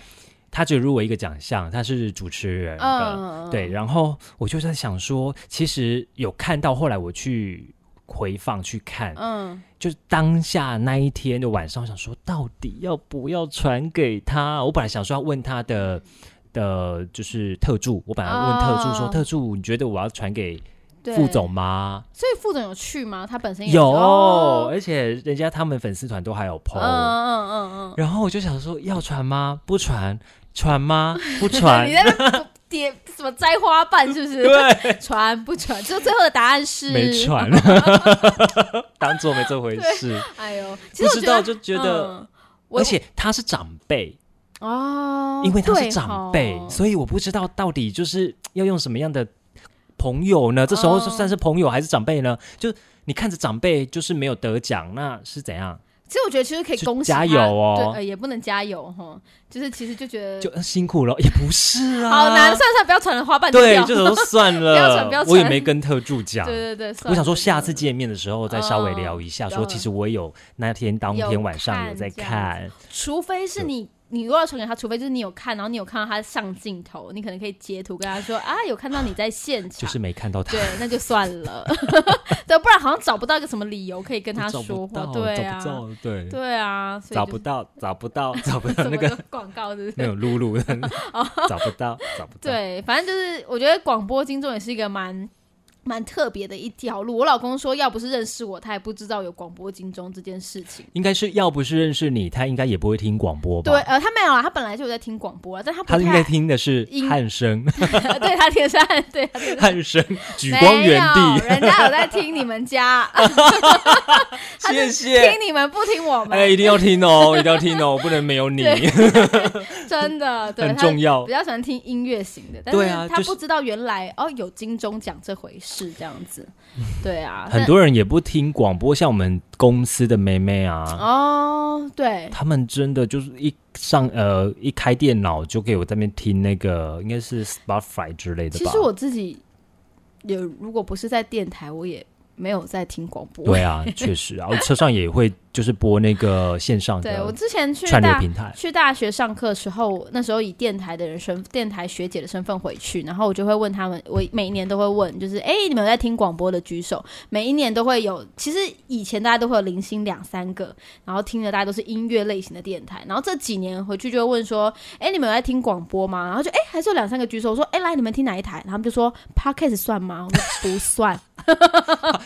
Speaker 2: 他只有入围一个奖项，他是主持人的。
Speaker 1: 嗯，
Speaker 2: 对，，然后我就在想说，其实有看到，后来我去回放去看，
Speaker 1: 嗯，
Speaker 2: 就是当下那一天的晚上，我想说到底要不要传给他？我本来想说要问他的的，就是特助，我本来问特助说，
Speaker 1: 哦
Speaker 2: 特助你觉得我要传给
Speaker 1: 对
Speaker 2: 副总。吗？
Speaker 1: 所以副总有去吗？他本身也
Speaker 2: 有，哎
Speaker 1: 哦
Speaker 2: 而且人家他们粉丝团都还有 PO，、
Speaker 1: 嗯嗯嗯嗯
Speaker 2: 然后我就想说，要传吗？不传，传吗？不
Speaker 1: 嗯，
Speaker 2: 传
Speaker 1: 你。在那边叠什么摘花瓣是不是？
Speaker 2: 对，
Speaker 1: 传不传？就最后的答案是
Speaker 2: 没。 传，当做没这回事，
Speaker 1: 哎呦，其
Speaker 2: 不
Speaker 1: 实我
Speaker 2: 知
Speaker 1: 觉
Speaker 2: 道
Speaker 1: 得
Speaker 2: 就觉得，
Speaker 1: 嗯我
Speaker 2: 而且他是长辈，
Speaker 1: 哦，
Speaker 2: 因为他
Speaker 1: 对哦
Speaker 2: 是长辈，
Speaker 1: 吼
Speaker 2: 所以我不知道到底就是要用什么样的朋友
Speaker 1: 哦
Speaker 2: 呢？这时候算是朋友还是长辈呢？就你看着长辈就是没有得奖，那是怎样？
Speaker 1: 其实我觉得其实可以恭喜他
Speaker 2: 加油哦
Speaker 1: 对，呃，也不能加油哈，就是其实就觉得
Speaker 2: 就呃辛苦了，也不是啊，
Speaker 1: 好难，算了算了，不要传了，花瓣丢
Speaker 2: 对
Speaker 1: 掉，
Speaker 2: 这都算
Speaker 1: 不要传
Speaker 2: 了
Speaker 1: 不要，
Speaker 2: 我也
Speaker 1: 传
Speaker 2: 没跟特助 讲。
Speaker 1: 对对对，算
Speaker 2: 啊我想说，
Speaker 1: 了
Speaker 2: 下次见面的时候再稍微聊一下，
Speaker 1: 嗯
Speaker 2: 说其实我有那天当
Speaker 1: 有
Speaker 2: 天晚上有在
Speaker 1: 看这样
Speaker 2: 看，
Speaker 1: 除非是你，你如果要传给他，除非就是你有看，然后你有看到他上镜头，你可能可以截图跟他说啊，有看到你在现场，
Speaker 2: 就是没看到他
Speaker 1: 对，，那就算 了，对，不然好像找不到一个什么理由可以跟他
Speaker 2: 找不
Speaker 1: 说话
Speaker 2: 到，
Speaker 1: 对
Speaker 2: 找不
Speaker 1: 啊，
Speaker 2: 到，对，
Speaker 1: 对啊，所以
Speaker 2: 找
Speaker 1: 就
Speaker 2: 不
Speaker 1: 是
Speaker 2: 到，找 不到，找不
Speaker 1: 什
Speaker 2: 到
Speaker 1: 么
Speaker 2: 那个
Speaker 1: 都广告，对 不
Speaker 2: 那
Speaker 1: 对？
Speaker 2: 种 露露的，找不到，找不到。
Speaker 1: 对，反正就是我觉得广播金钟也是一个蛮。蛮特别的一条路。我老公说，要不是认识我，他也不知道有广播金钟这件事情。
Speaker 2: 应该是要不是认识你，他应该也不会听广播吧？
Speaker 1: 对，，呃，他没有啦，他本来就有在听广播啦，但他不
Speaker 2: 他
Speaker 1: 太
Speaker 2: 应该听的是
Speaker 1: 音
Speaker 2: 汉声，
Speaker 1: 对他天生爱对他
Speaker 2: 汉声 举光原
Speaker 1: 没有
Speaker 2: 地，
Speaker 1: 人家有在听你们 家，他
Speaker 2: 谢
Speaker 1: 是
Speaker 2: 谢。
Speaker 1: 听你们不听我们，
Speaker 2: 哎，一定要听哦，一定要听哦，不能没有 你，
Speaker 1: 对真的，对，
Speaker 2: 很重
Speaker 1: 他
Speaker 2: 要
Speaker 1: 比。较喜欢听音乐型的，但
Speaker 2: 对啊
Speaker 1: 是他
Speaker 2: 就是
Speaker 1: 不知道原来哦有金钟奖这回事，这样子，对啊，
Speaker 2: 很多人也不听广播，像我们公司的妹妹
Speaker 1: 但
Speaker 2: 啊，
Speaker 1: 哦，对，
Speaker 2: 他们真的就是一上呃一开电脑就给我在那边听那个，应该是 Spotify 之类的
Speaker 1: 其
Speaker 2: 吧
Speaker 1: 实？我自己也如果不是在电台，我也没有在听广播，
Speaker 2: 对啊， 确实啊，我车上也会就是播那个线 上
Speaker 1: 对我
Speaker 2: 的
Speaker 1: 之前去
Speaker 2: 串流
Speaker 1: 大
Speaker 2: 平台。
Speaker 1: 去大学上课的时候，那时候以电台的人身、电台学姐的身份回去，然后我就会问他们，我每一年都会问，就是哎、诶你们有在听广播的举手？每一年都会有，其实以前大家都会有零星两三个，然后听的大家都是音乐类型的电台，然后这几年回去就会问说，哎、你们有在听广播吗？然后就哎、诶还是有两三个举手，我说哎、诶来你们听哪一台？然后他们就说 podcast 算吗？我说不算，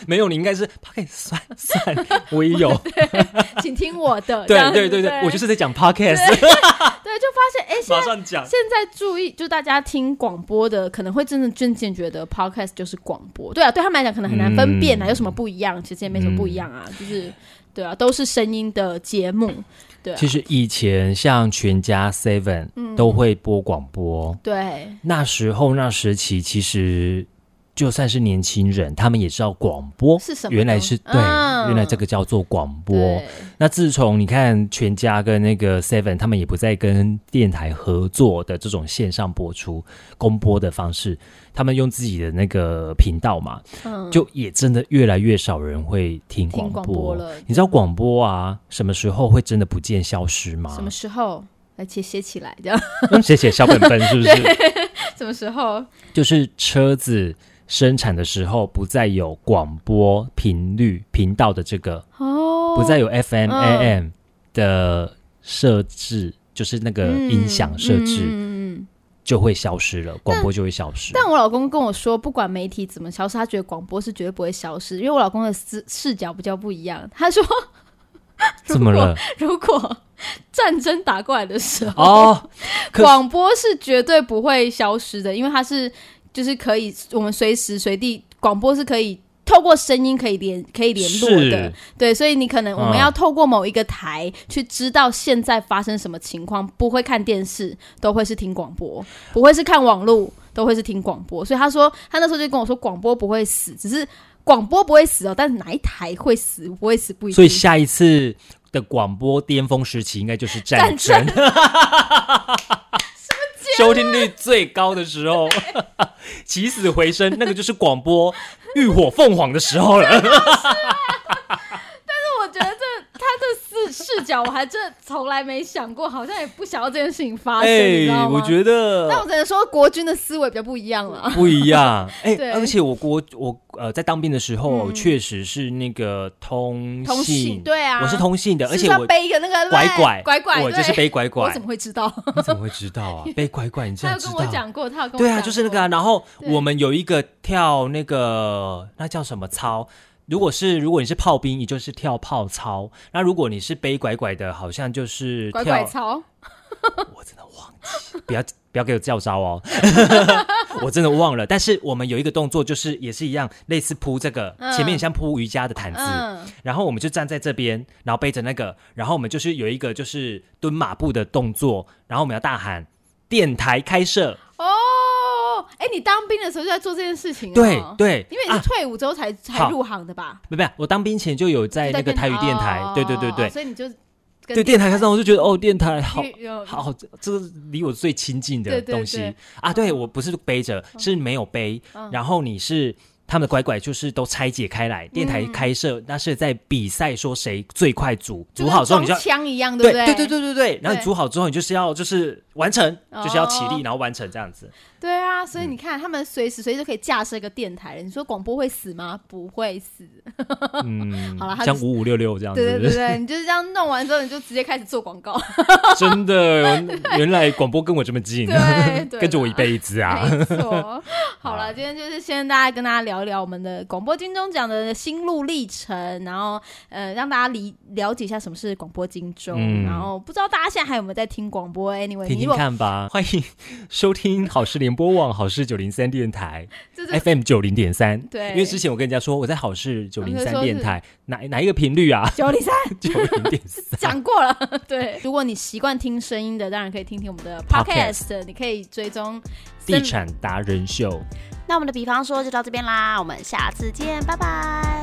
Speaker 2: 没有，你应该是 Pocket 算算，我也有。
Speaker 1: 请听我的。这
Speaker 2: 对
Speaker 1: 样子
Speaker 2: 对对对，我就是在讲 Pocket，
Speaker 1: 对，就发现哎、诶现在
Speaker 2: 马上讲。
Speaker 1: 现在注意，就大家听广播的，可能会真的渐渐觉得 podcast 就是广播。对啊，对他们来讲可能很难分辨啊，
Speaker 2: 嗯
Speaker 1: 有什么不一样？其实也没什么不一样啊，就是对啊，都是声音的节目。对啊、
Speaker 2: 其实以前像全家 Seven
Speaker 1: 嗯
Speaker 2: 都会播广播，
Speaker 1: 对
Speaker 2: 那时候那时期其实就算是年轻人，他们也知道广播
Speaker 1: 是什么呢？
Speaker 2: 哦原来是对，
Speaker 1: 嗯
Speaker 2: 原来这个叫做广播
Speaker 1: 对。
Speaker 2: 那自从你看全家跟那个 Seven 他们也不再跟电台合作的这种线上播出公播的方式，他们用自己的那个频道嘛，
Speaker 1: 嗯
Speaker 2: 就也真的越来越少人会听
Speaker 1: 听
Speaker 2: 广
Speaker 1: 广
Speaker 2: 播
Speaker 1: 播。了。
Speaker 2: 你知道广播啊，什么时候会真的不见消失吗
Speaker 1: 什？么时候？来写写起来，这样
Speaker 2: 嗯写写小本本是不是？
Speaker 1: 什么时候？
Speaker 2: 就是车子生产的时候不再有广播频率频道的这个，
Speaker 1: 哦，
Speaker 2: 不再有 FM、
Speaker 1: 嗯
Speaker 2: AM 的设置，就是那个
Speaker 1: 嗯
Speaker 2: 音响设置。
Speaker 1: 嗯嗯嗯嗯
Speaker 2: 就会消失了，广播就会消失。
Speaker 1: 但我老公跟我说，不管媒体怎么消失，他觉得广播是绝对不会消失，因为我老公的视视角比较不一样。他说，
Speaker 2: 怎么了？
Speaker 1: 如果战争打过来的时候，
Speaker 2: 哦，可
Speaker 1: 广播是绝对不会消失的，因为它是就是可以我们随时随地广播是可以透过声音可以联可以联络的
Speaker 2: 是，，
Speaker 1: 对，所以你可能我们
Speaker 2: 嗯
Speaker 1: 要透过某一个台去知道现在发生什么情况，不会看电视，都会是听广播，不会是看网络，都会是听广播。所以他说，他那时候就跟我说，广播不会死，只是广播不会死哦，但是哪一台会死，不会死不一定。
Speaker 2: 所以下一次的广播巅峰时期应该就是战争，收听率最高的时候， 起死回生，那个就是广播浴火凤凰的时候了。
Speaker 1: 我觉得这他的视视角，我还真的从来没想过，好像也不想要这件事情发生，啊你知道吗？
Speaker 2: 哎我觉
Speaker 1: 但
Speaker 2: 得
Speaker 1: 我只能说，国军的思维比较不一样 了。
Speaker 2: 不一样。哎、
Speaker 1: 对嗯
Speaker 2: 而且我国我呃在当兵的时候，确实是那个通
Speaker 1: 通信对啊，
Speaker 2: 我是通信的，而
Speaker 1: 是
Speaker 2: 且
Speaker 1: 不是
Speaker 2: 我
Speaker 1: 要背一个那个
Speaker 2: 拐拐
Speaker 1: 拐拐，
Speaker 2: 我就是
Speaker 1: 对
Speaker 2: 背拐拐
Speaker 1: 我怎。么会知道？
Speaker 2: 你怎么会知道 啊？被拐拐，你这
Speaker 1: 他
Speaker 2: 样
Speaker 1: 有
Speaker 2: 知
Speaker 1: 跟
Speaker 2: 道？
Speaker 1: 我讲过，他有跟我
Speaker 2: 对啊，
Speaker 1: 讲
Speaker 2: 就是那个、
Speaker 1: 过
Speaker 2: 啊。然后
Speaker 1: 对
Speaker 2: 我们有一个跳那个那叫什么操？如果是如果你是炮兵，你就是跳炮操；那如果你是背拐拐的，好像就是跳。
Speaker 1: 拐拐操，
Speaker 2: 我真的忘记，不要不要给我叫招哦，我真的忘了。但是我们有一个动作，就是也是一样，类似铺这个，
Speaker 1: 嗯
Speaker 2: 前面像铺瑜伽的毯子，
Speaker 1: 嗯，
Speaker 2: 然后我们就站在这边，然后背着那个，然后我们就是有一个就是蹲马步的动作，然后我们要大喊“电台开设
Speaker 1: 哦，哎、你当兵的时候就在做这件事情、哦，
Speaker 2: 对对，
Speaker 1: 因为你
Speaker 2: 啊
Speaker 1: 是，退伍之后才、才
Speaker 2: 好
Speaker 1: 入行的吧？
Speaker 2: 没有没有，我当兵前就有在
Speaker 1: 就
Speaker 2: 那个
Speaker 1: 电
Speaker 2: 台语电台
Speaker 1: 哦，
Speaker 2: 对对对
Speaker 1: 哦
Speaker 2: 对，
Speaker 1: 所以你就跟
Speaker 2: 对电台开始，我就觉得哦，电台好
Speaker 1: 因为有
Speaker 2: 好，这这是离我最亲近的
Speaker 1: 对对
Speaker 2: 东西
Speaker 1: 对嗯
Speaker 2: 啊！对我不是背着，是没有背，然后你是。他们的乖乖就是都拆解
Speaker 1: 嗯
Speaker 2: 开来，电台开设那是在比赛，说谁最快组
Speaker 1: 就
Speaker 2: 组
Speaker 1: 跟
Speaker 2: 好之后，你就
Speaker 1: 装
Speaker 2: 要
Speaker 1: 枪一样，
Speaker 2: 对
Speaker 1: 不对？
Speaker 2: 对对对对对，然后
Speaker 1: 对
Speaker 2: 你组好之后，你就是要就是完成，就是要起
Speaker 1: 哦
Speaker 2: 立，然后完成这 样子。
Speaker 1: 对啊，所以
Speaker 2: 嗯
Speaker 1: 你看，他们随时随地都可以架设一个电台了。你说广播会死吗？不会死。
Speaker 2: 嗯，
Speaker 1: 好啦他
Speaker 2: 像
Speaker 1: 就是
Speaker 2: 五五六六这样子，
Speaker 1: 对对
Speaker 2: 是
Speaker 1: 对
Speaker 2: 不是
Speaker 1: 对，你就是这样弄完之后，你就直接开始做广告。
Speaker 2: 真的，原来广播跟我这么近
Speaker 1: 对，对
Speaker 2: 跟着我一
Speaker 1: 啦
Speaker 2: 辈子啊！
Speaker 1: 没错。好了，今天就是先大家跟大家聊一聊我们的广播金钟奖的心路历程，然后呃，让大家理了解一下什么是广播金钟。
Speaker 2: 嗯
Speaker 1: 然后不知道大家现在还有没有在听广播？Anyway，
Speaker 2: 听
Speaker 1: 你
Speaker 2: 听
Speaker 1: 如果
Speaker 2: 看吧，欢迎收听好事联播网好事九零三电台
Speaker 1: 就是
Speaker 2: FM 九零点三。
Speaker 1: 对
Speaker 2: 哎因为之 前我跟人家说我在好事九零
Speaker 1: 你就
Speaker 2: 三
Speaker 1: 说
Speaker 2: 电
Speaker 1: 是
Speaker 2: 台哪哪一个频率啊？
Speaker 1: 九零三
Speaker 2: 九零点 三。
Speaker 1: 讲过了，对。如果你习惯听声音的，当然可以听听我们的
Speaker 2: Podcast
Speaker 1: podcast，你可以追踪森
Speaker 2: 地产达人秀。
Speaker 3: 那我们的比方说就到这边啦，我们下次见，拜拜。